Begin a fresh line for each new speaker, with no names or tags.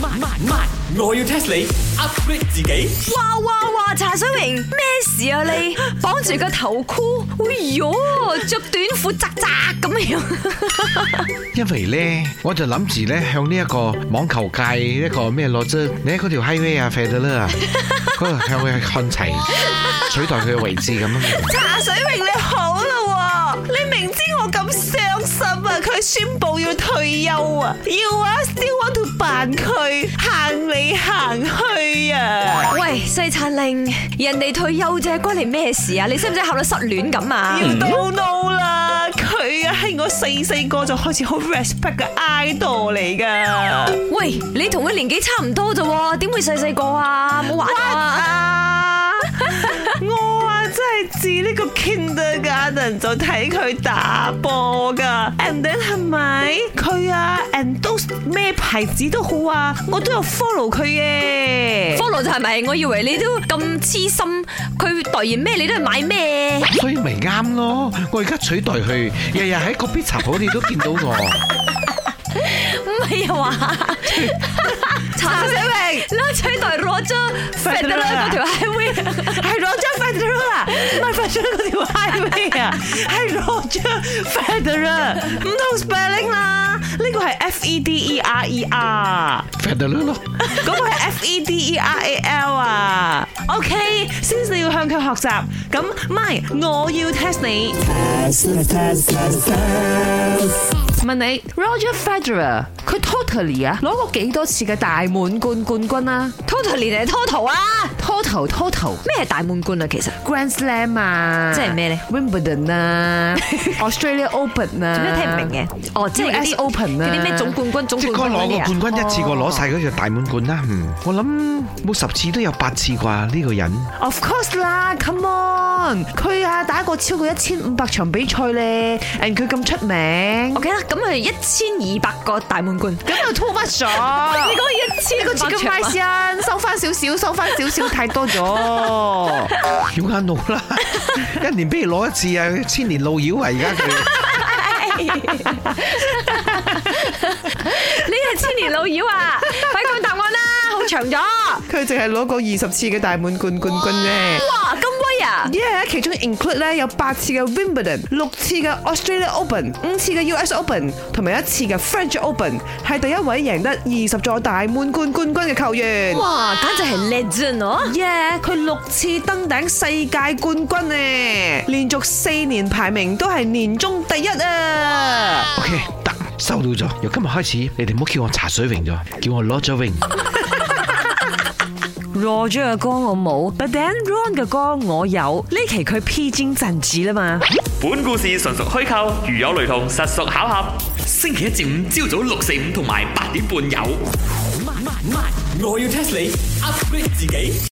慢慢慢，我要 test 你 upgrade 自己。
哇哇哇！茶水榮咩事啊你？綁住個頭箍，哎喲，着短褲扎扎咁樣。
因為咧，我就諗住咧向呢一個網球界一個咩攞啫，你喺嗰條 highway 啊 f e d e r 啊，嗰度向佢看齊，取代佢嘅位置咁樣。
茶水榮你好啦喎，你明知我咁傷心啊，佢宣布要退休啊，要啊，still want to 扮佢行嚟行去啊，
喂，西餐令，人哋退休啫，關你咩事啊？你識唔識考到失戀咁啊？
要到怒啦，佢啊係我細細個就開始好 respect 嘅 idol 嚟噶。
喂，你同佢年紀差唔多咋喎？點會細細個啊？冇玩啊！
啊！我啊真係自呢個 kindergarten 就睇佢打波噶，and then 係咪佢啊？and 都咩牌子都好啊，我都有 follow 佢嘅。
follow 就係咪？我以為你都咁痴心，佢代言咩你都係買咩？
所以咪啱咯，我而家取代佢，日日喺個必茶鋪你都見到我。
唔 係啊話，
啊
查水榮，你取代 Roger Federer 嗰條 highway。
係 Roger Federer 啊，唔係 Federer 嗰條 highway 啊，係 Roger Federer，唔同 spelling 啦，呢個係 F E D E R E R。
f e d e r 咯，
嗰個係 F E D E R A L 啊。OK，先你要向佢學習。咁 My，我要 test 你。
問你 Roger Federer 佢 totally 啊攞過幾多次嘅大滿貫冠軍啊
Total 年定 Total 啊？
？total total
咩係大滿貫啊？其實
Grand Slam 啊，
即係咩咧
？Wimbledon 啊，Australia Open 啊，
做咩聽唔明嘅？哦，即係嗰
US
啲
Open 啊
嗰啲咩總冠軍、總
即係
冠
攞
軍嗰啲
個
啊？
冠軍一次過攞晒嗰隻大滿貫啦。嗯我諗冇十次都有八次啩呢個人。
Of course 啦，Come on，佢啊打過超過一千五百場比賽咧，and 佢咁出名
我，記得咁係一千二百個大滿貫。
咁又 too much 咗。
你講一千個
個 chicken rice 啊收翻少少，收翻少少，太多咗。
曉眼路啦，一年不如攞一次啊，千年路妖啊，而家佢。
你係千年老妖 啊！快講答案啦，好長咗。
佢淨係攞過二十次嘅大滿貫冠軍啫。
哇，咁威啊！
Yeah，其中 include 咧有八次嘅 Wimbledon，六次嘅 Australia Open，五次嘅 US Open，同埋一次嘅 French Open，係第一位贏得二十座大滿貫冠軍嘅球員。
哇，簡直係 legend 哦！
Yeah，佢六次登頂世界冠軍呢，連續四年排名都係年終第一啊！
OK，得收到咗。由今日開始，你哋唔好叫我茶水榮咗，叫我攞咗榮。
Roger 嘅歌我冇，But then Ron 嘅歌我有。呢期佢披荊斬棘啦嘛。
本故事純屬虛構，如有雷同，實屬巧合。星期一至五朝早六四五同埋八點半有。我要 test 你 upgrade 自己。